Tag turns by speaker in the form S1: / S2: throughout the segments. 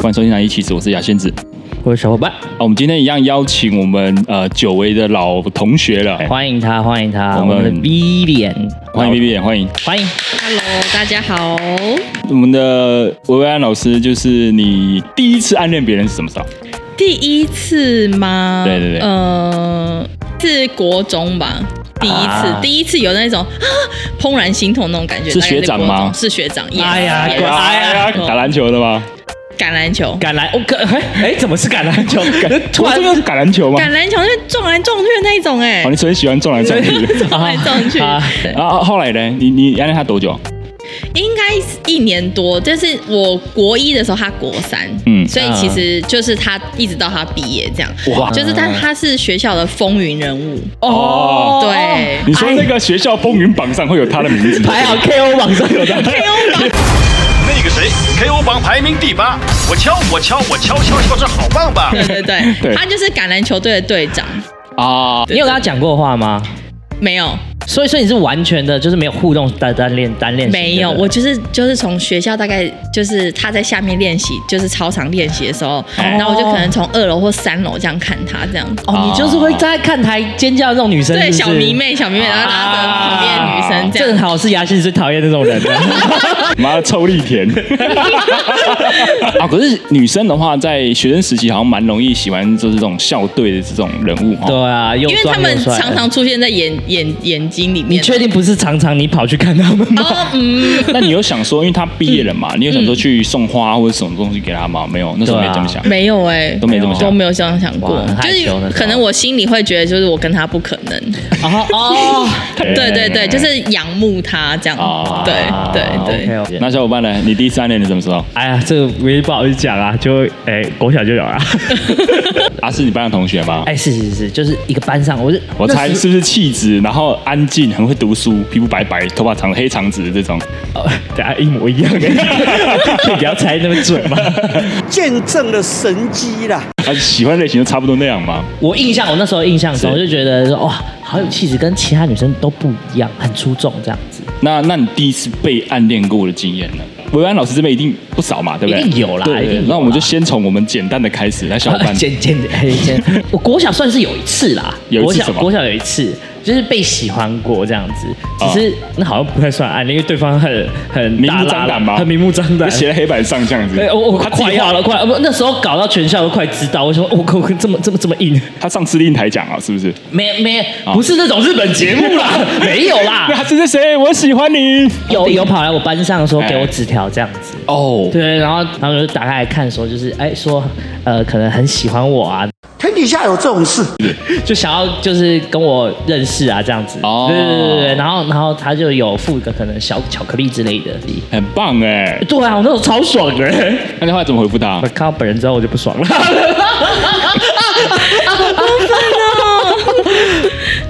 S1: 欢迎收听《南一起子》，我是牙仙子。
S2: 我的小伙伴，
S1: 啊，我们今天一样邀请我们呃久违的老同学了，
S2: 哎欢迎他，欢迎他，
S1: 我
S2: 我
S1: 们
S2: 们的 V 脸，
S1: 欢迎 B B，欢迎
S2: 欢迎
S3: Hello，大家好。
S1: 我们的维维安老师。就是你第一次暗恋别人是什么时候？
S3: 第一次吗？
S1: 对对对
S3: 呃，是国中吧。第一次，
S2: 啊
S3: 第一次有那种啊怦然心动那种感觉。
S1: 是
S3: 大概
S1: 学长
S3: 国中
S1: 吗
S3: 是学长。也
S2: 哎呀
S3: 也
S2: 乖哎
S1: 打篮球的吗？
S3: 橄榄球，
S2: 橄榄，我可 哎哎，怎么是橄榄球？突
S1: 我
S2: 然
S1: 这个是橄榄球吗？
S3: 橄榄球那撞来撞去的那一种哎、
S1: 哦，你很喜欢撞来撞去。
S3: 撞来撞去。
S2: 啊
S3: 对
S1: 然后后来呢？你你暗恋他多久？
S3: 应该是一年多，就是我国一的时候，他国三，
S1: 嗯
S3: 嗯，所以其实就是他一直到他毕业这样，
S1: 哇
S3: 就是他他是学校的风云人物，
S1: 哦
S3: 对
S1: 你说那个学校风云榜上会有他的名字？
S2: 哎还好 KO 网上有的，
S4: 那个谁，KO 榜排名第八，我敲我敲我敲敲敲，这好棒棒。
S3: 对对对，
S1: 对
S3: 他就是橄榄球队的队长，
S1: 啊，
S2: 你有跟他讲过话吗？
S3: 没有
S2: 所以说你是完全的，就是没有互动单单恋单恋型的
S3: 没有，我就是就是从学校大概就是他在下面练习，就是操场练习的时候，然后我就可能从二楼或三楼这样看他这样，
S2: 哦，你就是会在看台尖叫的那种女生，是
S3: 对
S2: 不是啊
S3: 小迷妹小迷妹，然后拉着旁边的女生这
S2: 正
S3: 样，
S2: 好是牙仙最讨厌那种人啊的，
S1: 妈的臭栗田 啊！可是女生的话，在学生时期好像蛮容易喜欢就是这种校队的这种人物哈。
S2: 对啊，又
S3: 因为
S2: 壮
S3: 他
S2: 又
S3: 们
S2: 帅
S3: 常常出现在眼眼眼睛里
S2: 你
S3: 面，
S2: 确定不是常常你跑去看他们吗？
S3: 哦，嗯，
S1: 那你有想说，因为他毕业了
S2: 嗯
S1: 嘛，你有想说去送花或者什么东西给他吗？没有，那时候没
S2: 对啊
S1: 这么想。
S3: 没有哎、
S1: 都没这么想
S3: 都没有这样想过
S2: 哇很，害
S3: 就
S2: 羞
S3: 是
S2: 那时候
S3: 可能我心里会觉得，就是我跟他不可能，
S2: 哦哦，
S3: 对对对，就是仰慕他这样，
S1: 啊
S3: 对对对，
S2: 对
S1: 那小伙伴呢？你第一次暗恋是什么时候？
S2: 哎呀，这个唯一不好意思讲啊，就哎、国小就有啊。
S1: 啊，是你班的同学吗？
S2: 哎，是是是，就是一个班上，我是
S1: 我猜
S2: 那时
S1: 是不是气质，然后安静，很会读书，皮肤白白，头发长黑长直的这种。
S2: 哦等下一模一样， 可以不要猜那么准吗？
S5: 见证了神机啦。
S1: 啊，喜欢类型就差不多那样嘛。
S2: 我印象，我那时候印象中
S1: 是
S2: 就觉得说哇，好有气质，跟其他女生都不一样，很出众这样子，
S1: 那那你第一次被暗恋过的经验呢？维安老师这边一定不少嘛，对不对？
S2: 一定有啦
S1: 对对对
S2: 一定有啦
S1: 那我们就先从我们简单的开始，来小伙伴。
S2: 简简哎简，我国小算是有一次啦，
S1: 有一次
S2: 国小
S1: 什么
S2: 国小有一次就是被喜欢过这样子，只是、那好像不太算暗恋，因为对方很很
S1: 明
S2: 大
S1: 目
S2: 拉
S1: 张
S2: 拉
S1: 胆吗？
S2: 很哦 明目张胆，
S1: 就写在黑板上这样子
S2: 哎、。我我
S1: 他自己
S2: 快要了，快呃不，那时候搞到全校都快知道，我想说我靠，这么这么这么硬，
S1: 他上司令台讲啊，是不是？
S2: 没没不是那种日本节目 啦，没有啦，
S1: 他是谁？我喜欢你。
S2: 有有跑来我班上说给我纸条这样子。
S1: 哦，
S2: 哎对，然后他们就打开来看，说就是哎，说呃，可能很喜欢我啊，
S5: 天底下有这种事？
S2: 就想要就是跟我认识啊，这样子。
S1: 哦
S2: 对对对对对，然后然后他就有附一个可能小巧克力之类的。
S1: 很棒哎。
S2: 对啊，我那时候超爽的、
S1: 那你后来怎么回复他
S2: 我？看到本人之后我就不爽了。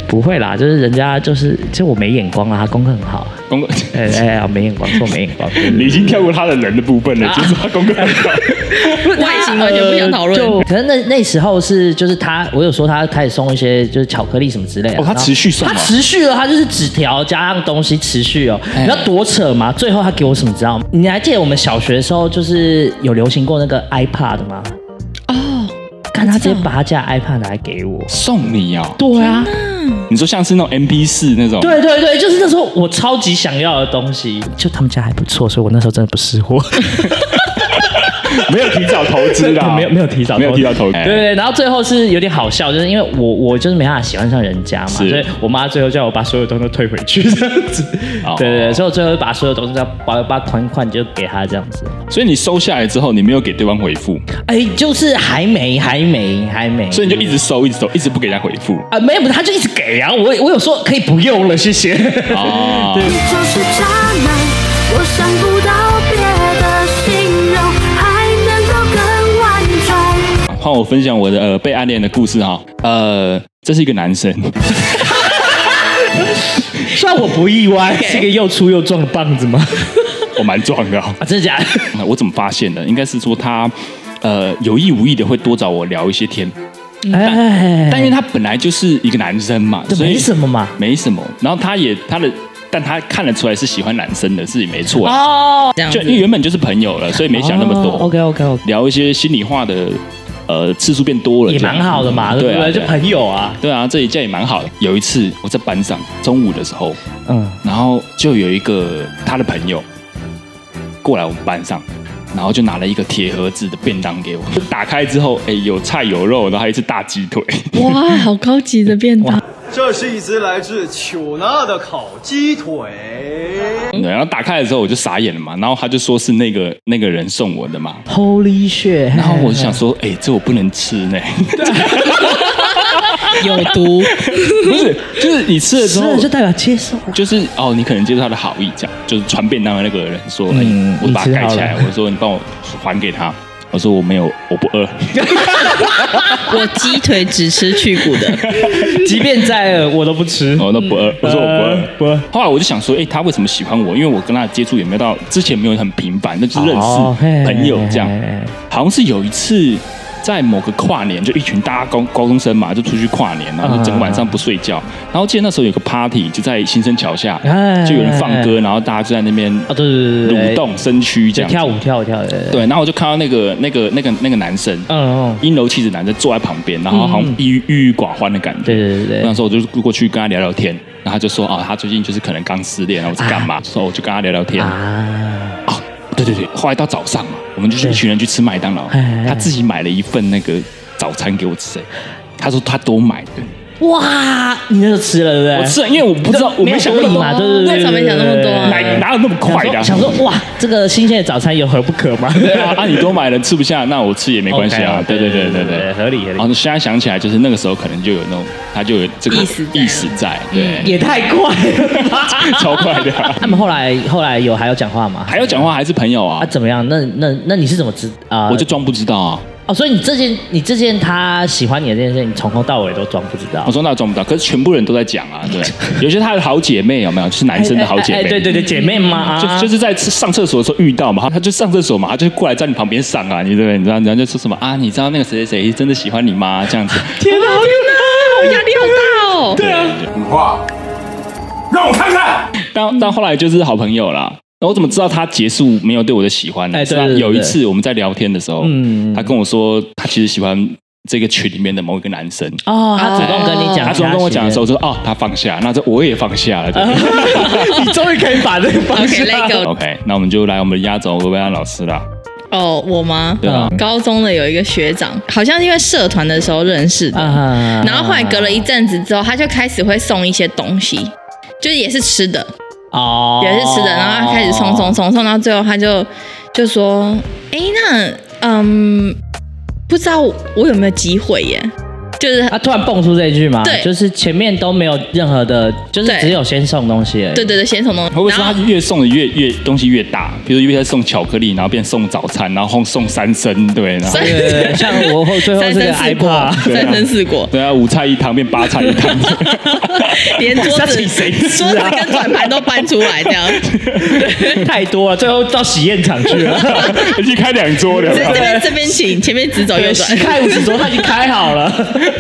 S2: 不会啦，就是人家就是，其实我没眼光啊，他功课很好。
S1: 公公，
S2: 哎哎呀，没眼光，说没眼光。
S1: 你已经跳过他的人的部分
S2: 啊
S1: 了，就是他公公。
S3: 外形完全不想讨论。
S2: 呃就可能那那时候是就是他，我有说他开始送一些就是巧克力什么之类的。
S1: 哦他
S2: 然后
S1: 持续送啊
S2: 他持续哎了，他就是纸条加上东西持续哦。你知道多扯吗？最后他给我什么你知道吗？你还记得我们小学的时候就是有流行过那个 iPad 吗？
S3: 哦，
S2: 看他直接把他家的 iPad 拿来给我。
S1: 送你哦，
S2: 对啊，
S1: 你说像是那种 M P 四那种，
S2: 对对对，就是那时候我超级想要的东西，就他们家还不错，所以我那时候真的不识 货，
S1: 没有提早投资啦，
S2: 没有没有提早
S1: 没有提早投资。
S2: 对对对，然后最后是有点好笑，就是因为我我就是没办法喜欢上人家嘛，所
S1: 是
S2: 以我妈最后叫我把所有东西都退回去这样子
S1: 哦，
S2: 对对对，所以我最后把所有东西都要把把款款就给他这样子，
S1: 所以你收下来之后，你没有给对方回复，
S2: 哎，就是还没还没还没，
S1: 所以你就一直收，一直收，一直不给人家回复。
S2: 啊没有，他就一直给啊，我我有说可以不用了，谢谢。啊
S1: 哦，
S6: 你就是渣男，我想不到别的形容，还能够更婉转。
S1: 换我分享我的呃被暗恋的故事哈。呃，这是一个男生，
S2: 虽然我不意外，是个又粗又壮的棒子吗？
S1: 我蛮壮的、哦。
S2: 啊，真 的假的？
S1: 那我怎么发现的？应该是说他呃有意无意的会多找我聊一些天，
S2: 哎
S1: 但因为他本来就是一个男生嘛，
S2: 这
S1: 所以
S2: 没什么嘛。
S1: 没什么。然后他也他的但他看得出来是喜欢男生的，是没错啦。
S2: 哦，
S3: 这样
S1: 就
S3: 子
S1: 因为原本就是朋友了，所以没想那么多。
S2: OK OK OK，
S1: 聊一些心里话的，呃，次数变多了，
S2: 也
S1: 这样
S2: 蛮好的嘛，对
S1: 对
S2: 不
S1: 啊
S2: 对？就
S1: 对啊
S2: 朋友啊，
S1: 对啊，这一届也蛮好的。有一次我在班上，中午的时候，
S2: 嗯，
S1: 然后就有一个他的朋友过来我们班上，然后就拿了一个铁盒子的便当给我， 打开之后，哎，有菜有肉，然后还有一只大鸡腿。
S3: 哇，好高级的便当，
S4: 这是一只来自丘纳的烤鸡腿。
S1: 对然后打开的时候我就傻眼了嘛，然后他就说是那个那个人送我的 嘛，
S2: Holy shit！
S1: 然后我就想说，哎，这我不能吃呢，
S2: 有毒，
S1: 不是，就是你吃了之
S2: 吃
S1: 后
S2: 了就代表接受了。
S1: 就是哦，你可能接受他的好意，这样就是传便当的那个人说，哎、
S2: 嗯
S1: 我把它
S2: 你吃
S1: 盖
S2: 好
S1: 起来，
S2: 了
S1: 我说你帮我还给他，我说我没有，我不饿，
S3: 我鸡腿只吃去骨的，
S2: 即便再饿，我都不吃。
S1: 我哦都不 饿，我说我不饿。
S2: 呃不饿。
S1: 后来我就想说，哎、他为什么喜欢我？因为我跟他的接触也没有到之前没有很频繁，那就是认识、
S2: 哦嘿
S1: 朋友这样
S2: 嘿嘿嘿。
S1: 好像是有一次在某个跨年，就一群大家高高中生嘛，就出去跨年，
S2: 啊
S1: 然后就整个晚上不睡觉。然后记得那时候有个 party，就在新生桥下
S2: 哎，
S1: 就有人放歌，然后大家就在那边
S2: 啊，对对对对对，
S1: 蠕动身躯这样
S2: 就
S1: 子。
S2: 跳舞跳舞跳舞。对，对
S1: 对，然后我就看到那个那个那个那个男生，
S2: 嗯嗯，
S1: 阴柔气质男生坐在旁边，然后好像郁郁郁郁寡欢的感觉。
S2: 对对对
S1: 那
S2: 对。
S1: 时候我就过去跟他聊聊天，然后他就说啊，他最近就是可能刚失恋，然后在干嘛？说哦我就跟他聊聊天。啊，
S2: 啊，
S1: 对对对，后来到早上嘛，我们就是一群人去吃麦当劳
S2: 哎哎，哎
S1: 他自己买了一份那个早餐给我吃，哎他说他都买的，
S2: 哇，你那个吃了对不对？
S1: 我吃了，因为我不知道，我
S2: 没有
S1: 想
S2: 合
S1: 那
S2: 理
S1: 么多
S2: 嘛，对对对，
S3: 为什么没想那么多啊
S1: 哪哪有那么快的啊？
S2: 哎想说想说哇，这个新鲜的早餐有何不可嘛？
S1: 对啊，啊你都买了吃不下，那我吃也没关系啊
S2: OK，OK，。
S1: 对对对对
S2: 对对
S1: 对，
S2: 合理合理
S1: 然后哦现在想起来，就是那个时候可能就有那种，他就有这个
S3: 意识在
S1: 意识在，对，
S2: 也太快了吧！
S1: 超快的啊。
S2: 他们后来后来有还有讲话吗？
S1: 还要讲话还是朋友啊
S2: 啊？？怎么样？那那那你是怎么知啊？
S1: 我就装不知道啊。
S2: 哦，所以你这件你这件他喜欢你的这件事，你从头到尾都装不知道
S1: 我。说那装不到，可是全部人都在讲啊，对，有些他的好姐妹有没有？就是男生的好姐
S2: 哎哎
S1: 妹，
S2: 哎对对对，姐妹嘛，啊
S1: 就就是在上厕所的时候遇到嘛，他就上厕所嘛，他就过来在你旁边上啊，你对不对？你知道，然后就说什么啊？你知道那个谁谁谁真的喜欢你吗？这样子，
S2: 天哪，
S3: 我 压力好大哦。
S1: 对啊，
S7: 你话，让我看看。
S1: 但但后来就是好朋友啦。那我怎么知道他结束没有对我的喜欢呢？
S2: 哎
S1: 是
S2: 对
S1: 他
S2: 对对
S1: 有一次我们在聊天的时候，
S2: 嗯
S1: 他跟我说他其实喜欢这个群里面的某一个男生。
S2: 哦，他主动跟你讲，嗯
S1: 他主动跟我讲的时候，我说哦，他放下，那这我也放下了。对不对
S2: 候，你终于可以把这个放
S3: OK，
S2: 下。
S3: let go。
S1: OK，那我们就来我们的压轴维维安老师啦。
S3: 哦，我吗？
S1: 对啊，
S3: 高中的有一个学长，好像是因为社团的时候认识的，
S2: 啊
S3: 然后后来隔了一阵子之后，他就开始会送一些东西，就是也是吃的，
S2: 哦，
S3: 也是吃的，然后他开始送送送送到最后，他就就说：“哎，那嗯，不知道我有没有机会耶？”就是
S2: 他突然蹦出这一句嘛，
S3: 对
S2: 就是前面都没有任何的，就是
S3: 对
S2: 只有先送东西而已。
S3: 对对对，先送东
S1: 会不会
S3: 西，
S1: 是
S3: 然
S1: 他
S3: 后
S1: 越送的越越东西越大？比如说越送巧克力，然后变送早餐，然后送三升，对，然后
S3: 三
S2: 对对对像我后最后
S3: 三
S2: 这个
S3: 生四
S2: iPad
S3: 果，。
S1: 对啊
S3: 三生四果，
S1: 对啊，五菜一汤变八菜一汤，
S3: 连桌
S2: 下
S3: 子
S2: 次谁吃
S3: 桌
S2: 啊
S3: 子跟转盘都搬出来这样。
S2: 太多了，最后到喜宴场去了。
S1: 已经开两桌了
S3: 这，这边这边请，前面直走右
S2: 对，
S3: 转
S2: 十。开五十桌他已经开好了。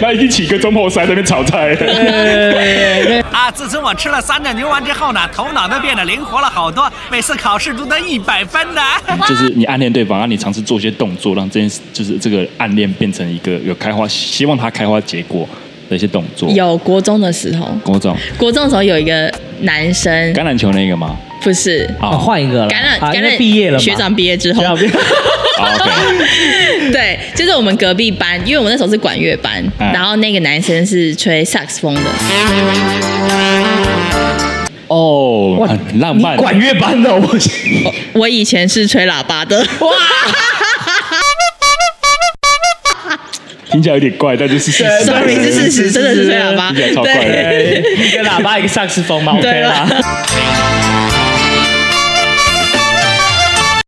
S1: 那已经起个中破塞在那边炒菜了。
S8: 啊，自从我吃了三种牛丸之后呢，头脑都变得灵活了好多，每次考试都得一百分呢。
S1: 就是你暗恋对方，让你尝试做一些动作，让这件事就是这个暗恋变成一个有开花，希望它开花结果的一些动作。
S3: 有国中的时候，
S1: 郭总，
S3: 国中的时候有一个男生，
S1: 橄榄球那 个吗？
S3: 不是
S1: 哦
S2: 哦，换一个了，
S3: 感染
S2: 啊
S3: 感
S2: 因为
S3: 染
S2: 毕业了嘛，
S3: 学长毕业之后
S2: 学，长毕 业
S1: 哦，OK，
S3: 对，就是我们隔壁班，因为我们那时候是管乐班，
S1: 嗯
S3: 然后那个男生是吹萨克斯风的，
S1: 哦，很浪漫
S2: 你。管乐班的，我
S3: 我以前是吹喇叭的，哇，
S1: 听起来有点怪，但就是事实。
S3: sorry 是事实，真的是吹喇叭，
S1: 听起来超怪的
S3: 对。
S2: 哎一个喇叭，一个萨克斯风嘛，OK
S3: 对
S2: 啦
S3: 啦。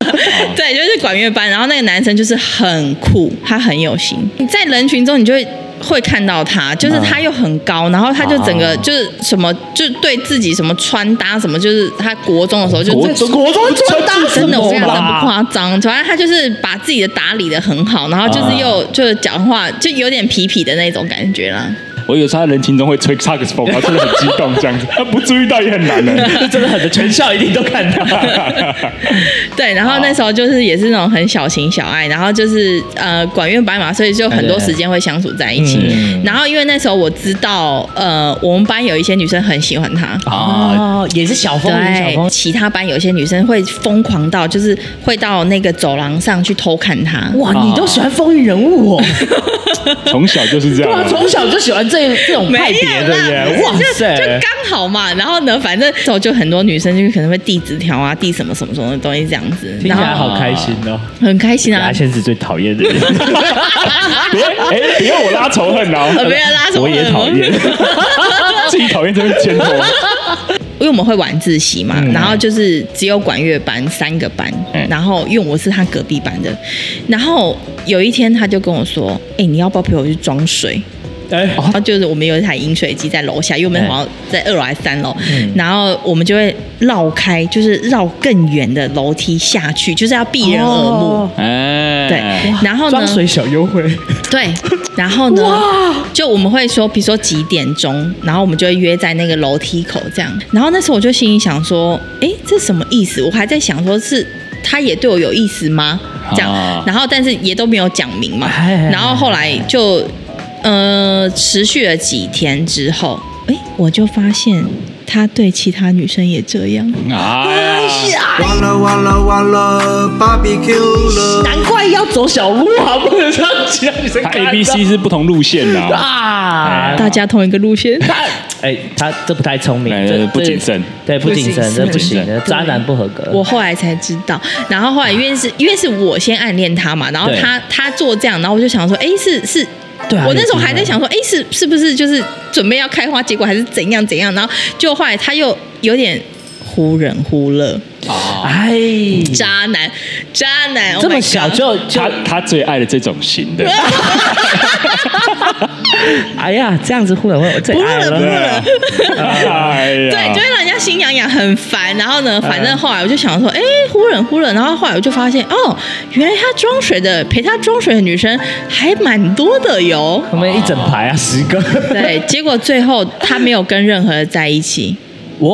S3: 对，就是管乐班，然后那个男生就是很酷，他很有型，你在人群中你就会。会看到他，就是他
S2: 嗯
S3: 又很高，然后他就整
S2: 哦
S3: 个就是什么，就对自己什么穿搭什么，就是他国中的时候就
S1: 国
S3: 这
S1: 中国中
S2: 穿搭
S3: 真的，我跟你
S2: 什么
S3: 讲，真不
S2: 啦
S3: 夸张。反正他就是把
S2: 嗯
S3: 自己的打理的很好，然后就是又、就是讲话就有点痞痞的那种感觉啦。
S1: 我有时候在人群中会吹萨克斯风，然后真的很激动这样子， 他不注意到也很 难的。
S2: 这 真的很全校一定都看 到。
S3: 对，然后那时候就是也是那种很小情小爱，然后就是呃管乐班嘛，所以就很多时间会相处在一起。
S2: 嗯
S3: 然后因为那时候我知道，呃，我们班有一些女生很喜欢他。
S1: 啊，
S2: 哦，也是小风铃，小
S3: 对，
S2: 风铃。
S3: 其他班有些女生会疯狂到，就是会到那个走廊上去偷看他。
S2: 哇，你都喜欢风云人物哦？
S1: 从小就是这
S2: 对啊
S1: 样，。
S2: 从小就喜欢这这种派
S3: 没
S2: 别
S3: 有
S2: 的
S3: 啦，
S2: 耶！哇
S3: 不是就就
S2: 塞，
S3: 刚好嘛。然后呢，反正之后就很多女生就可能会递纸条啊，递什么什么什么东西这样子，
S2: 听
S3: 然
S2: 起来
S3: 后
S2: 好开心哦。
S3: 很开心啊
S2: 牙。仙子最讨厌的人，
S1: 别哎，别让我拉仇恨啊！
S3: 呃，不要拉什么，
S1: 我也讨 厌，自己讨厌这边牵头。啊
S3: 因为我们会晚自习嘛，然后就是只有管乐班三个班，
S1: 嗯
S3: 然后因为我是他隔壁班的，然后有一天他就跟我说：“哎、你要不要陪我去装水？”
S2: 哎，
S3: 然后就是我们有一台饮水机在楼下，因为我们
S2: 哎
S3: 好像在二楼还是三楼，然后我们就会绕开，就是绕更远的楼梯下去，就是要避人耳目。
S2: 哦
S1: 哎，
S3: 对，然后呢
S2: 装？水小优惠，
S3: 对，然后呢？就我们会说，比如说几点钟，然后我们就会约在那个楼梯口这样。然后那时候我就心里想说，诶，这什么意思？我还在想说是他也对我有意思吗？这样，
S1: 啊
S3: 然后但是也都没有讲明嘛。
S2: 哎哎哎
S3: 然后后来就呃持续了几天之后，诶，我就发现他对其他女生也这样。
S1: 啊，
S9: 完了完了完了，BBQ 了。
S2: 难怪要走小路啊，不能让其他女生
S1: 他
S2: 看到
S1: A B C 是不同路线的啊。
S2: 啊。
S3: 大家同一个路线，
S2: 他哎，他这不太聪明
S1: 哎，
S2: 这
S1: 不谨慎，
S2: 这对不谨慎，这不
S1: 不
S2: 行
S1: 谨慎
S2: 的，渣男不合格。
S3: 我后来才知道，然后后来因为是因为是我先暗恋他嘛，然后
S2: 对
S3: 他他做这样，然后我就想说，哎，是是。
S2: 对啊
S3: 我那时候还
S2: 有机会
S3: 在想说，哎、是是不是就是准备要开花，结果还是怎样怎样，然后就后来他又有点忽冷忽热，
S2: 哎，
S3: 渣男，渣男，oh my God，
S2: 这么小就就
S1: 他他最爱的这种型的，
S2: 哎呀，这样子忽然会我最
S3: 不
S2: 爱
S3: 热了不热
S2: 了。
S3: 了，
S1: 哎呀，
S3: 对，就会让人家心痒痒，很烦。然后
S2: 嗯
S3: 呢，反正后来我就想说，哎、忽冷忽冷。然后后来我就发现，哦，原来他装水的陪他装水的女生还蛮多的哟。
S2: 我们一整排啊，十个。
S3: 对，结果最后他没有跟任何人在一起，
S2: 哇，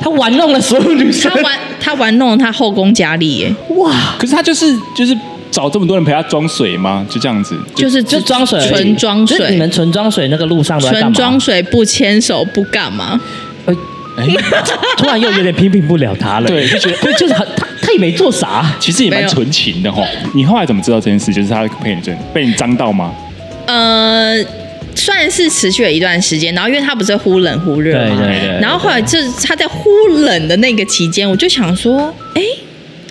S2: 他玩弄了所有女生
S3: 他。玩他玩弄他后宫佳丽耶，
S2: 哇，
S1: 可是他就是就是找这么多人陪他装水吗？就这样子，
S3: 就是
S2: 就装水而已，
S3: 纯装
S2: 就
S3: 水，
S2: 是你们纯装水那个路上都在干嘛
S3: 纯装，水不牵手不干嘛？
S2: 呃
S1: 哎，
S2: 突然又有点批评不了他了。
S1: 对就觉得
S2: 对，就是很他他也没做啥。
S1: 其实也
S3: 没
S1: 蛮
S3: 有
S1: 纯情的哈。你后来怎么知道这件事？就是他被你追，被你脏到吗？
S3: 呃，算是持续了一段时间，然后因为他不是忽冷忽热嘛，
S2: 对对对对
S3: 然后后来就是他在忽冷的那个期间，我就想说，哎，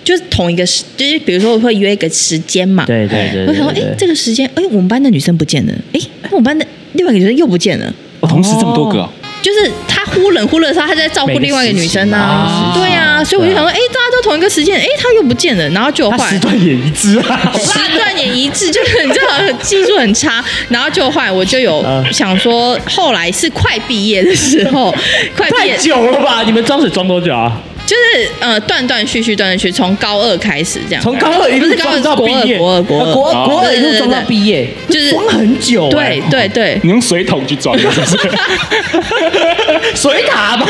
S3: 就是同一个时，就是比如说我会约一个时间嘛，
S2: 对对对，
S3: 我想说，哎，这个时间，哎，我们班的女生不见了，哎，我们班的另外一个女生又不见了。
S1: 同时这么多个哦，
S3: 就是他忽冷忽热的时候，他在照顾另外一个女生呢、
S2: 啊
S3: 对啊，所以我就想说，哎、大家都同一个时间，哎、他又不见了，然后就
S2: 他
S3: 坏
S2: 时。段也一致啊。
S3: 时段也一致，就是呃你知道技术很差，然后就坏，我就有想说，后来是快毕业的时候，快毕
S2: 太
S3: 业
S2: 久了吧？你们装水装多久啊？
S3: 就是呃断断续续断断续，续，从高二开始这样，
S2: 从高二一
S3: 不
S2: 路
S3: 是高
S2: 装
S3: 二
S2: 到
S3: 国
S2: 毕业，
S3: 二国二国
S2: 啊
S3: 二
S2: 国二国二一
S3: 对
S2: 路
S3: 对
S2: 装到
S3: 对
S2: 毕业，
S3: 就是
S2: 装很久。
S3: 对，对对，
S1: 你用水桶去装，是不是？
S2: 水塔吧。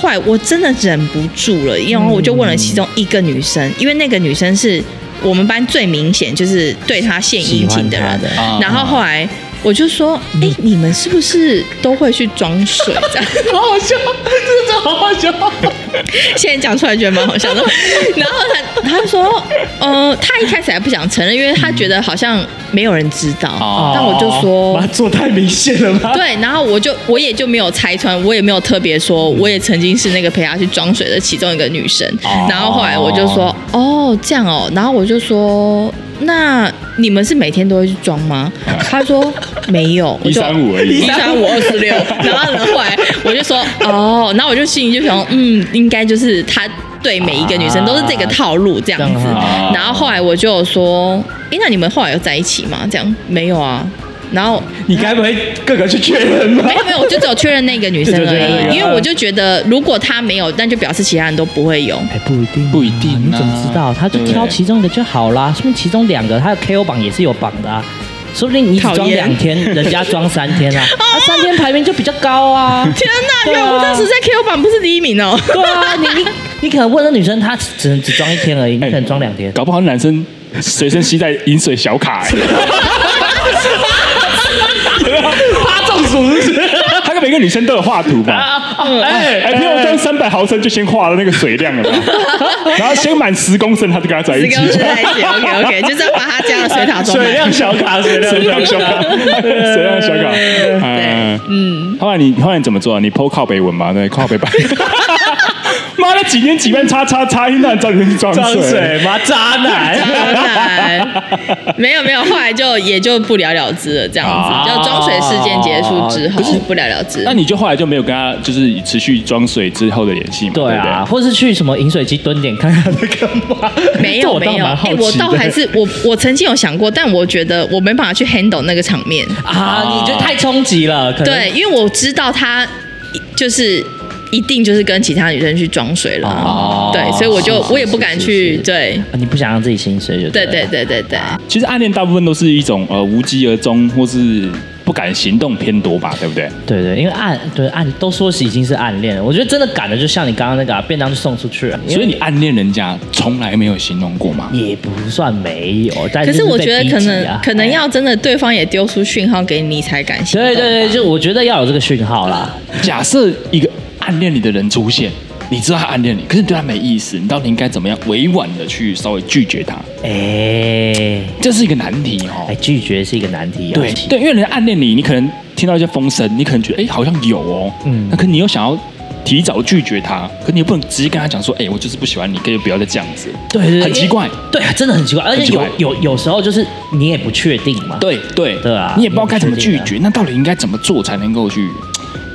S3: 后来我真的忍不住了，因为我就问了其中一个女生，因为那个女生是我们班最明显就是对她献殷勤的
S2: 喜
S3: 人
S2: 欢，
S1: 她的
S3: 然后后来。我就说，哎、你们是不是都会去装水？这样
S2: 好好笑，这个真的好好笑。
S3: 现在讲出来觉得蛮好笑的。然后他他就说，呃，他一开始还不想承认，因为他觉得好像没有人知道。
S1: 哦
S3: 但我就说，
S2: 把它做太明显了 吧？
S3: 对，然后我就我也就没有拆穿，我也没有特别说，我也曾经是那个陪她去装水的其中一个女生。
S1: 哦
S3: 然后后来我就说，哦，这样哦，然后我就说，那你们是每天都会去装吗？她说没有，我
S1: 一
S3: 就
S1: 三五而已
S3: 一三五 二十六。然后呢，后来我就说，哦，然后我就心里就想，嗯，应该就是她对每一个女生都是这个套路这样
S2: 这样
S3: 子
S2: 啊。
S1: 啊
S3: 然后后来我就有说，诶，那你们后来有在一起吗？这样没有啊。然后
S2: 你该不会各个去确认吧
S3: 没？有没有，我就只有确认那个女生
S2: 对
S3: 而
S2: 对对对
S3: 已，
S2: 对
S3: 因为我就觉得如果她没有，那就表示其他人都不会有。
S2: 哎，不一定啊，
S1: 不一定啊
S2: 你怎么知道？他就
S1: 对
S2: 挑其中一个就好啦，说明其中两个，他的 KO 榜也是有榜的啊。说不定你只
S3: 讨
S2: 装
S3: 厌
S2: 两天，人家装三天啊，啊，三天排名就比较高啊。
S3: 天哪，
S2: 对啊
S3: 原来我当时在 Q 版不是第一名哦。
S2: 对啊，你你你可能问那女生，她只能只装一天而已，你可能装两天。
S1: 搞不好男生随身携带饮水小卡、欸，他中暑是不是？他跟每个女生都有画图吧？哎哎，不用装三百毫升就先画了那个水量了 吧？然后先满十公升，他就跟他在一
S3: 只
S1: 起
S3: 跟。我哎是在一起，OK OK，就是要把他家的水塔装
S1: 水
S3: 满
S1: 量。小卡，水量小卡，水量小卡。嗯嗯。后来你后来你怎么做啊？你 PO 靠北文嘛？对，靠北版。 妈的，几年几班叉叉叉，一旦找你去装
S2: 装
S1: 水
S2: 水。吗？渣
S3: 当
S2: 男。
S3: 然没有没有，后来就也就不了了之了，这样
S1: 啊
S3: 子。就装水事件结束之后，不了了之。
S1: 那你就后来就没有跟他就是持续装水之后的联系嘛？
S2: 对
S1: 不
S2: 啊，或是去什么饮水机蹲点看看她在干嘛？
S3: 没
S2: 这
S3: 有
S2: 我
S3: 没
S2: 倒
S3: 有，
S2: 蛮好
S3: 哎，
S2: 奇的
S3: 我倒还是我我曾经有想过，但我觉得我没办法去 handle 那个场面。
S2: 啊，你就太冲击了，可能
S3: 对，因为我知道他就是一定就是跟其他女生去装水了啊。
S2: 哦
S3: 对，所以我就是
S2: 是
S3: 我也不敢
S2: 是
S3: 去。
S2: 是
S3: 对，
S2: 啊你不想让自己心碎就
S3: 对
S2: 对
S3: 对
S2: 了
S3: 对对对。
S1: 其实暗恋大部分都是一种呃无疾而终，或是不敢行动偏多吧，对不对？
S2: 对对，因为暗对暗都说是已经是暗恋了，我觉得真的赶的就像你刚刚那个、啊、便当就送出去了，因为
S1: 所以你暗恋人家从来没有形容过 嘛？
S2: 也不算没有，但
S3: 可
S2: 是
S3: 是
S2: 哎就
S3: 我
S2: 被
S3: 觉得
S2: 逼
S3: 可
S2: 急
S3: 能、
S2: 啊
S3: 可能
S2: 哎
S3: 要真的对方也丢出讯号给你才敢行动。
S2: 对对对，就我觉得要有这个讯号啦。
S1: 假设一个暗恋你的人出现，你知道他暗恋你，可是你对他没意思，你到底应该怎么样委婉的去稍微拒绝他？
S2: 哎
S1: 这是一个难题哦。
S2: 哎，拒绝是一个难题啊。
S1: 对对，因为人家暗恋你，你可能听到一些风声，你可能觉得哎、好像有哦，嗯
S2: 嗯，
S1: 那可你又想要提早拒绝他，可你又不能直接跟他讲说，哎、我就是不喜欢你，可以不要再这样子，
S2: 对对对
S1: 很奇怪，
S2: 对，真的很奇怪，而
S1: 很
S2: 且
S1: 奇
S2: 有
S1: 怪
S2: 有有时候就是你也不确定嘛。
S1: 对对
S2: 对啊
S1: 你也不知道该怎么
S2: 你也
S1: 拒
S2: 不确
S1: 绝，那到底应该怎么做才能够去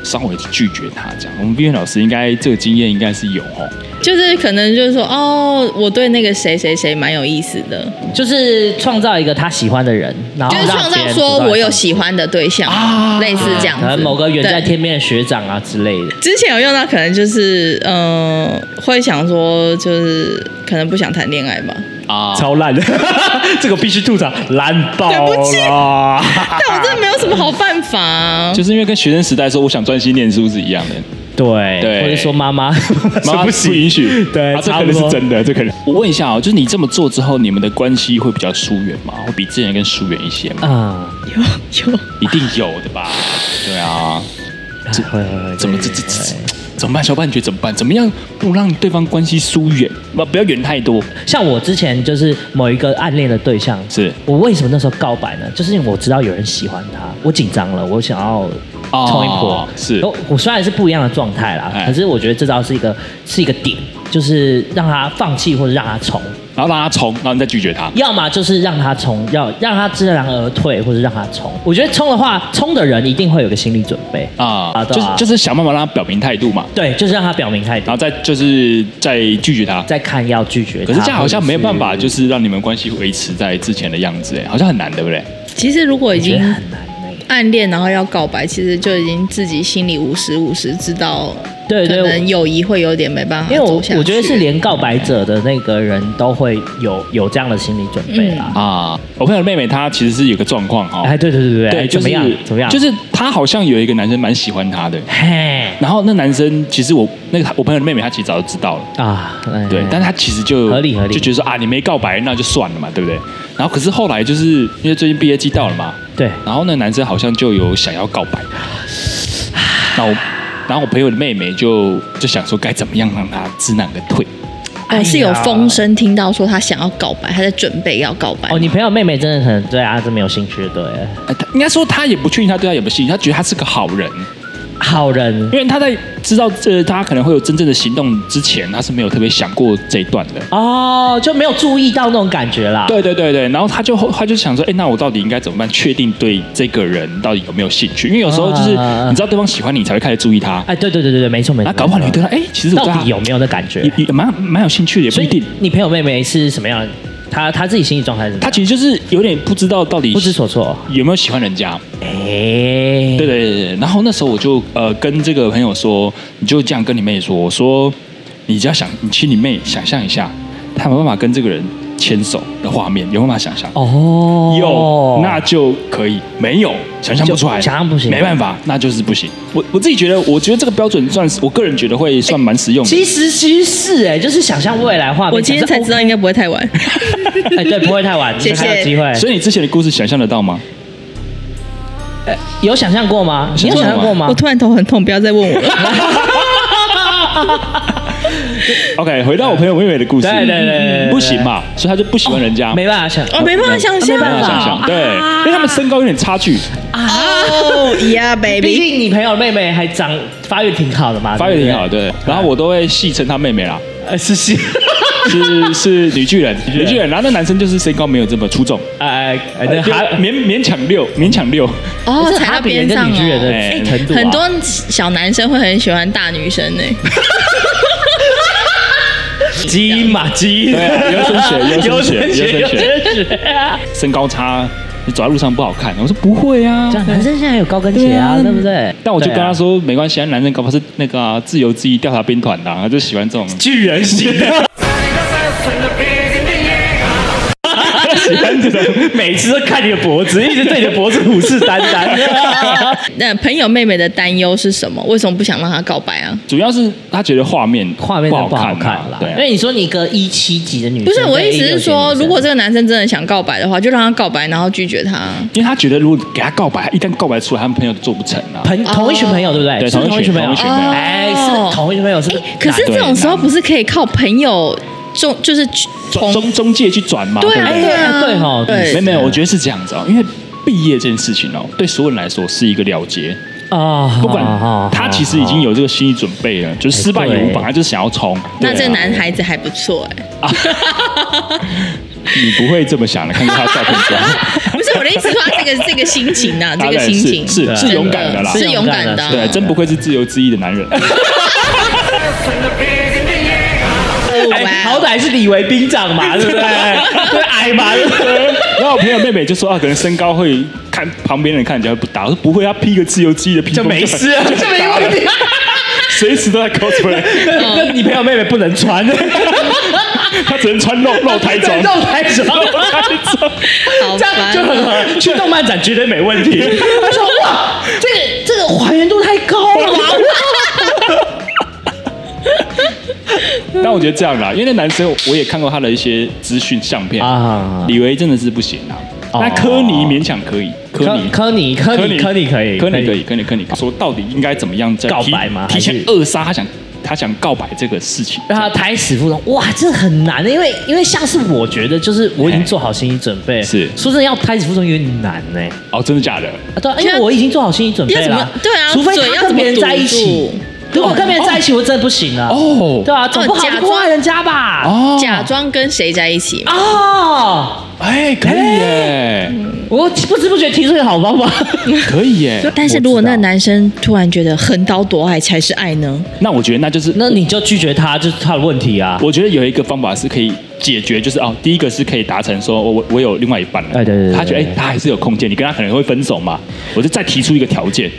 S1: 稍微拒绝他？这样，我们毕业老师应该这个经验应该是有哦，
S3: 就是可能就是说哦，我对那个谁谁谁蛮有意思的，
S2: 哦就是创造一个他喜欢的人，然后
S3: 就是
S2: 让
S3: 创
S2: 别
S3: 造
S2: 人
S3: 说
S2: 主动
S3: 我有
S2: 来
S3: 喜欢的对象，类似这样
S2: 啊可
S3: 子。
S2: 能某个远在
S3: 对
S2: 天边的学长啊之类的。
S3: 之前有用到，可能就是嗯、呃会想说就是可能不想谈恋爱吧。
S1: 啊，
S2: 超烂的，这个必须吐槽，烂爆
S3: 对 不起
S2: 了！
S3: 但我真的没有什么好办法、啊。
S1: 就是因为跟学生时代说我想专心念书是一样的，
S2: 对，
S1: 对
S2: 或者说妈妈，
S1: 妈妈
S2: 不
S1: 不
S2: 行
S1: 允许，
S2: 对
S1: 啊，这
S2: 差
S1: 可
S2: 不
S1: 能是
S2: 多
S1: 真的，这可能。我问一下哦，就是你这么做之后，你们的关系会比较疏远吗？会比之前更疏远一些吗？
S2: 啊，
S3: 有
S1: 一定有的 吧？对啊，
S2: 会会会，
S1: 怎么这这这怎么办？小半觉得怎么办？怎么样不让对方关系疏远？不，不要远太多。
S2: 像我之前就是某一个暗恋的对象，
S1: 是
S2: 我为什么那时候告白呢？就是因为我知道有人喜欢他，我紧张了，我想要
S1: 哦
S2: 冲一波。
S1: 是
S2: 我我虽然是不一样的状态啦
S1: 哎，
S2: 可是我觉得这招是一个是一个点，就是让他放弃或者让他冲，
S1: 然后让他冲，然后你再拒绝他。
S2: 要么就是让他冲，要让他知难而退，或者让他冲。我觉得冲的话，冲的人一定会有个心理准备
S1: 啊，
S2: 对
S1: 就是
S2: 啊
S1: 就是想办法让他表明态度嘛，
S2: 对，就是让他表明态度
S1: 然后，再就是再拒绝他。
S2: 再看要拒绝他。
S1: 可是这样好像没有办法，
S2: 或者
S1: 就是让你们关系维持在之前的样子，哎，好像很难，对不对？
S3: 其实如果已
S2: 我觉
S3: 经
S2: 得很难欸那个。
S3: 暗恋，然后要告白，其实就已经自己心里五十五十知道，
S2: 对对
S3: 可能友谊会有点没办法
S2: 因为我
S3: 走下去
S2: 我觉得是连告白者的那个人都会有有这样的心理准备啦。
S1: 啊，我朋友的妹妹她其实是有个状况哦哈，
S2: 哎，对对对对
S1: 嗯对，
S2: 哎
S1: 就
S2: 怎
S1: 是
S2: 么样怎么样？
S1: 就是她好像有一个男生蛮喜欢她的，
S2: 嘿
S1: 然后那男生其实我那个我朋友的妹妹她其实早就知道了。
S2: 啊，哎
S1: 对，但是她其实就
S2: 合理合理
S1: 就觉得说啊，你没告白那就算了嘛，对不对？然后可是后来就是因为最近毕业季到了嘛，
S2: 对
S1: 然后那男生好像就有想要告白，
S2: 啊
S1: 那我然后我朋友的妹妹就就想说该怎么样让他知难而退，
S2: 哎
S3: 哦
S2: 呀
S3: 是有风声听到说他想要告白，他在准备要告白。
S2: 哦，你朋友妹妹真的很对啊，真没有兴趣，对，
S1: 呃她应该说她也不确定她对他有没有兴趣，她觉得他是个好人，
S2: 好人
S1: 因为他在知道这他可能会有真正的行动之前，他是没有特别想过这一段的。
S2: 哦，就没有注意到那种感觉啦。
S1: 对对对对，然后他就他就想说，哎、那我到底应该怎么办？确定对这个人到底有没有兴趣？因为有时候就是
S2: 啊
S1: 你知道对方喜欢你，才会开始注意他。
S2: 哎，对对对对对，没错没
S1: 那
S2: 错。
S1: 搞不好你对他，哎、其实我
S2: 到
S1: 对他
S2: 底有没有那感觉
S1: 也？也蛮蛮有兴趣的，也不
S2: 所
S1: 一
S2: 以
S1: 定。
S2: 你朋友妹妹是什么样的？她她自己心理状态是怎么样？
S1: 他其实就是有点不知道到底
S2: 不知所措。哦
S1: 有没有喜欢人家。
S2: 嗯哎，
S1: 对对对对对。然后那时候我就呃跟这个朋友说，你就这样跟你妹说，我说你只要想，你请你妹想象一下，她有没有办法跟这个人牵手的画面，有办法想象？
S2: 哦，
S1: 有，那就可以；没有，想象不出来，
S2: 就想象不行
S1: 没办法，那就是不行。我我自己觉得，我觉得这个标准算是，我个人觉得会算蛮实用的。
S2: 其实其实是哎，就是想象未来画面。
S3: 我今天才知道应该不会太晚。
S2: 哎，对，不会太 晚，
S3: 谢谢
S2: 你还有机会。
S1: 哎所以你之前的故事想象得到吗？
S2: 有想象过吗？你有想象过吗
S3: 我？突然头很痛，不要再问我 了。
S1: OK，回到我朋友妹妹的故事，
S2: 对对对对对对哦
S1: 不行嘛，所以他就不喜欢人家，
S2: 没办法想，啊
S3: 我没办法想象
S1: 没办法想象，对，因为他们身高有点差距，
S3: 哦呀
S2: 毕
S3: ，baby，
S2: 竟你朋友妹妹还长发育挺好的嘛，
S1: 发育挺好，
S2: 对
S1: 对。然后我都会戏称她妹 妹啦，
S2: 不对，呃，是是，
S1: 是是女巨人，女巨人。然后那男生就是身高没有这么出众，
S2: 哎哎，那还
S1: 就勉勉强六，勉强六，
S3: 哦，
S2: 这
S3: 踩
S2: 还
S3: 到
S2: 比人
S3: 边
S2: 家
S3: 上
S2: 女巨人
S3: 哦。
S1: 哎
S2: 的程度啊
S3: 很多小男生会很喜欢大女生呢、欸
S2: 基因嘛，基因，
S1: 对啊 优生学优生学
S2: 优
S1: 优生学
S2: 生学啊。
S1: 身高差，你走在路上不好看。我说不会啊
S2: 这，样男生现在有高跟鞋啊，对不对？
S1: 但我就跟他说没关系啊，男生搞不好是那个啊自由自意调查兵团的啊，他就喜欢这种
S2: 巨人型的，
S1: 喜欢这种。
S2: 每次都看你的脖子，一直对你的脖子虎视眈眈。
S3: 那朋友妹妹的担忧是什么？为什么不想让她告白啊？
S1: 主要是他觉得画面
S2: 画面
S1: 不
S2: 真
S1: 好
S2: 的不好看
S1: 嘛
S2: 啦，
S1: 对啊
S2: 因为你说你一个一七级的女生，
S3: 不是，我
S2: 跟
S3: 意思是说，
S2: 169
S3: 如果
S2: 女
S3: 这个男生真的想告白的话，就让他告白，然后拒绝他。
S1: 因为他觉得如果给他告白，一旦告白出来，他们朋友就做不成啊了。
S2: 生朋同一群朋友，对不对？
S1: 对
S2: 是不是
S1: 同
S2: 同
S1: 一
S2: 一
S1: 群
S2: 群朋
S1: 同
S2: 友
S1: 一群朋友，
S2: 哎，是同一群朋友，是不哎是？
S3: 可是这种时候不是可以靠朋友中就是
S1: 中
S3: 同
S1: 中中介去转嘛，
S3: 对
S1: 不
S3: 啊
S1: 对？
S3: 对
S2: 哎
S3: 啊
S2: 对吼
S1: 没有
S3: 对
S1: 没有，我觉得是这样子哦，因为毕业这件事情哦，对所有人来说是一个了结，
S2: 啊，
S1: 不管
S2: 哦
S1: 他其实已经有这个心理准备了，就是失败也无妨，他就是想要冲。
S3: 那这
S1: 对
S3: 个
S1: 啊
S3: 男孩子还不错哎、
S1: 你不会这么想的，看过他照片之 后，
S3: 不是我的意思说他这个这个心情呐、啊，这
S1: 当
S3: 个
S1: 然
S3: 心情
S1: 是是
S2: 对
S1: 是勇敢的啦，
S3: 是勇敢的啊、
S1: 对，真不愧是自由自意的男人。
S3: 哦哇
S2: 哎，好歹是李维兵长 嘛，对不对？对，矮嘛，对不对？
S1: 然后我朋友妹妹就说啊，可能身高会看旁边人看起来会不打，我说不会，他啊披个自由自意的披
S2: 就
S1: 风
S2: 没事，啊， 就没问题。
S1: 随时都在 cosplay，
S2: 那你朋友妹妹不能 穿，
S1: 他只能穿露露台装，
S2: 肉太少。
S1: 露 台装。
S3: 好
S2: 这样就
S3: 烦。
S2: 很合，去动漫展绝对没问题。 他说：“哇，这个这个还原度太高了吧
S1: 但我觉得这样啦，因为那男生我也看过他的一些资讯相片
S2: 啊
S1: 啊，李维真的是不行啊，
S2: 哦
S1: 那科尼勉强可以，科尼。
S2: 科尼，科尼，科尼可以，
S1: 科尼可以，科尼可以。说到底应该怎么样在
S2: 告
S1: 提
S2: 白吗
S1: 提前
S2: 还是
S1: 扼杀他想他想告白这个事情。
S2: 让他胎死腹中，哇，这很难的，欸因为因为像是我觉得，就是我已经做好心理准备，
S1: 是
S2: 说真的要胎死腹中有点难呢、
S1: 哦，真的假的？
S2: 啊，对啊，因为我已经做好心理准备
S3: 要怎
S2: 了
S3: 么，对啊
S2: 除非
S3: 嘴
S2: 他
S3: 要
S2: 跟
S3: 怎么
S2: 别人在一起
S3: 堵住，
S2: 如果跟别人在一起，我真的不行了，
S1: 哦
S2: 对啊，总不好
S3: 假
S2: 破坏
S3: 装
S2: 人家吧，哦，
S1: 哦，
S3: 假装跟谁在一起？
S1: 哎，可以耶，
S2: 啊我不知不觉提出一个好方法，
S1: 可以耶。
S3: 但是如果那个男生突然觉得横刀夺爱才是爱呢？
S1: 那我觉得那就是
S2: 那你就拒绝他，就是他的问题啊，
S1: 我觉得有一个方法是可以解决，就是哦，第一个是可以达成说，我我我有另外一半了，
S2: 哎对对对
S1: 他觉得
S2: 对
S1: 哎
S2: 对，
S1: 他还是有空间，你跟他可能会分手嘛，我就再提出一个条件，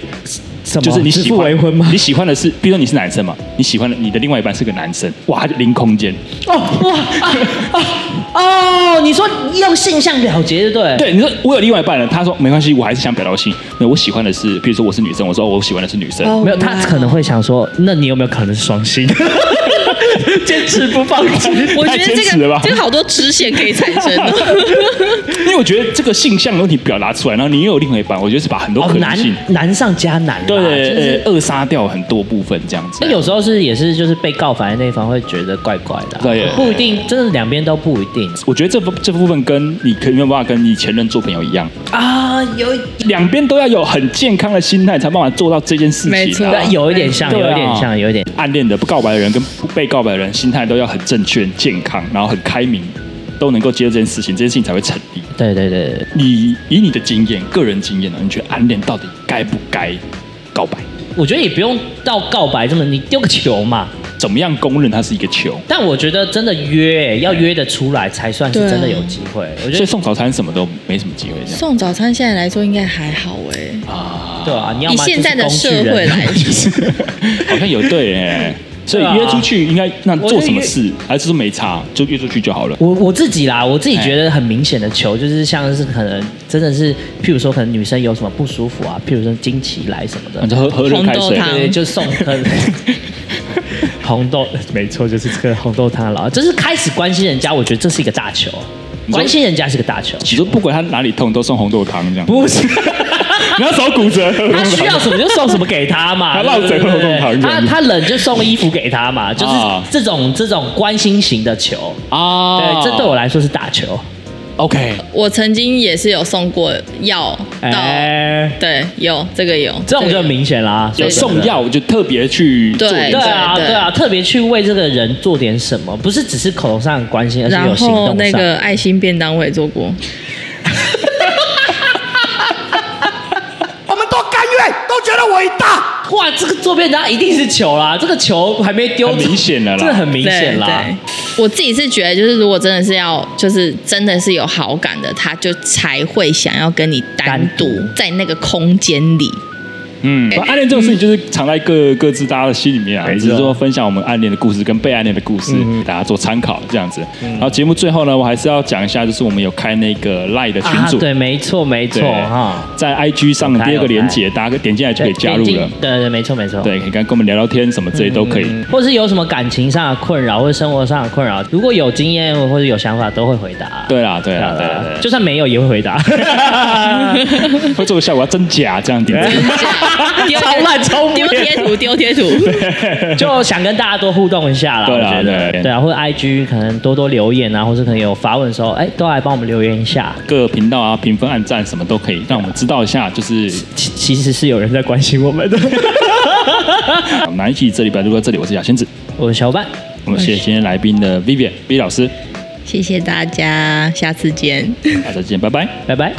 S2: 什么
S1: 就是你
S2: 指
S1: 喜
S2: 腹
S1: 欢
S2: 为婚吗
S1: 你？喜欢的是，比如说你是男生嘛，你喜欢的你的另外一半是个男生，哇，他就零空间，
S2: 哦哇啊啊！哦，你说用性向了结，对不对？，
S1: 对，你说我有另外一半了，他说没关系，我还是想表达我心，那我喜欢的是，比如说我是女生，我说哦我喜欢的是女生，
S2: 没有，他可能会想说，那你有没有可能是双性？ 坚持不放弃，
S3: 我觉
S1: 太
S3: 得
S1: 坚
S3: 这
S1: 持了
S3: 个
S1: 吧
S3: 这个好多支线可以产生哦。
S1: 因为我觉得这个性向的问题表达出来，然后你又有另外一半，我觉得是把很多
S2: 哦
S1: 可，能
S2: 难
S1: 性，
S2: 难上加难啦，就是
S1: 对，呃，扼杀掉很多部分这样子
S2: 哎
S1: 啊
S2: 那。有时候是也是就是被告反的那一方会觉得怪怪的啊、
S1: 对
S2: 不一定，真的两边都不一定
S1: 我觉得这部这部分跟你可有没有办法跟你前任做朋友一样，
S2: 啊，有
S1: 两边都要有很健康的心态，才办法做到这件事情、啊。
S3: 没错
S2: 那有一点像，
S1: 对啊
S2: 有一点像，有一点
S1: 暗恋的不告白的人跟不被告白的人心态都要很正确、很健康，然后很开明，都能够接受这件事情，这件事情才会成立。
S2: 对对对对，
S1: 你以你的经验、个人经验啊呢，你觉得暗恋到底该不该告白？
S2: 我觉得也不用到告白这么，你丢个球嘛。
S1: 怎么样公认它是一个球？
S2: 但我觉得真的约要约得出来才算是真的有机会。我
S1: 所
S2: 觉
S1: 以
S2: 得
S1: 送早餐什么都没什么机会，这样
S3: 送早餐现在来说应该还好哎、
S1: 啊。
S2: 对啊，你要
S3: 哦以
S2: 么就是
S3: 现在的
S2: 工具
S3: 社会
S2: 人
S3: 来说，
S1: 好像有对哎、所以
S2: 对啊
S1: 约出去应该那
S2: 我
S1: 做
S2: 就
S1: 什么
S2: 约
S1: 事，还是说没差就约出去就好了？
S2: 我我自己啦，我自
S3: 哎
S2: 己觉得很明显的球，就是像是可能真的是，譬如说可能女生有什么不舒服啊，譬如说经期来什么的
S1: 反，哦正喝喝热
S3: 红
S1: 开
S3: 豆
S1: 水，
S3: 汤
S2: 对，就 送可能红豆，没错，就是这个红豆汤了。就是开始关心人家，我觉得这是一个大球，
S1: 说
S2: 关心人家是个大 球，
S1: 你说不管他哪里痛都送红豆汤这样，
S2: 不是。
S1: 你要手骨折，
S2: 他需要什么就送什么给他嘛，
S1: 他落枕会有这种糖
S2: 对
S1: 人
S2: 他他冷就送衣服给他嘛，就是
S1: 啊
S2: 这种这种关心型的球，
S1: 啊
S3: 哦
S2: 对，这对我来说是大球。
S1: OK，
S3: 我曾经也是有送过药到，
S2: 哎，
S3: 对，有这个有，
S2: 这种
S3: 个
S2: 就
S3: 有
S2: 很明显啦，
S1: 有送药我就特别去做
S3: 对
S2: 对啊，
S3: 对
S2: 对啊，特别去为这个人做点什么，不是只是口头上的关心，而且有
S3: 然
S2: 行
S3: 后
S2: 动
S3: 那
S2: 上。
S3: 个爱心便当我也做过，
S5: 我们都甘愿，都觉得伟大。
S2: 哇，这个坐便当一定是球啦，这个球还没丢，
S1: 很明显的啦
S2: 这很明
S3: 对
S2: 显啦。
S3: 对，我自己是觉得，就是如果真的是要，就是真的是有好感的，他就才会想要跟你单独
S2: 单
S3: 在那个空间里。
S1: 嗯，暗恋这种事情就是藏在各各自大家的心里面啊，只是说分享我们暗恋的故事跟被暗恋的故事，给大家做参考这样子。然后节目最后呢，我还是要讲一下，就是我们有开那个 Line 的群
S2: 啊，
S1: 组，
S2: 对，没错，没错
S1: 对
S2: 哈。
S1: 在 IG 上的第二个连接，大家点进来就可以加入
S2: 对
S1: 了。
S2: 对对，没嗯错没错。
S1: 对，可以跟跟我们聊聊天，什么这些都可以。
S2: 或是有什么感情上的困扰，或者生活上的困扰，如果有经验或者有想法，都会回答。
S1: 对啦，对
S2: 对
S1: 啦，
S2: 啊，
S1: 对
S2: 对
S1: 啦
S2: 啊，
S1: 对
S2: 就算没有也会回答。
S1: 啦， 会做个效果要真假这样点赞。
S3: 啊丢
S2: 超烂超无
S3: 丢
S2: 聊
S3: 贴图，丢 贴图。
S2: 就想跟大家多互动一下啦，
S1: 对
S2: 我
S1: 啦
S2: 觉得
S1: 对
S2: 对啊，或者 IG 可能多多留言啊，或者可能有发问的时候，哎，都来帮我们留言一下。
S1: 各频道啊，评分、按赞什么都可以，让我们知道一下，就是
S2: 其其实是有人在关心 我们的。
S1: 好南艺这礼拜录到这里，我是雅仙子，
S2: 我是小伙伴，
S1: 我们谢谢今天来宾的 Vivian V 老师，
S3: 谢谢大家，下次见。
S1: 大家再见，拜拜。
S2: 拜拜。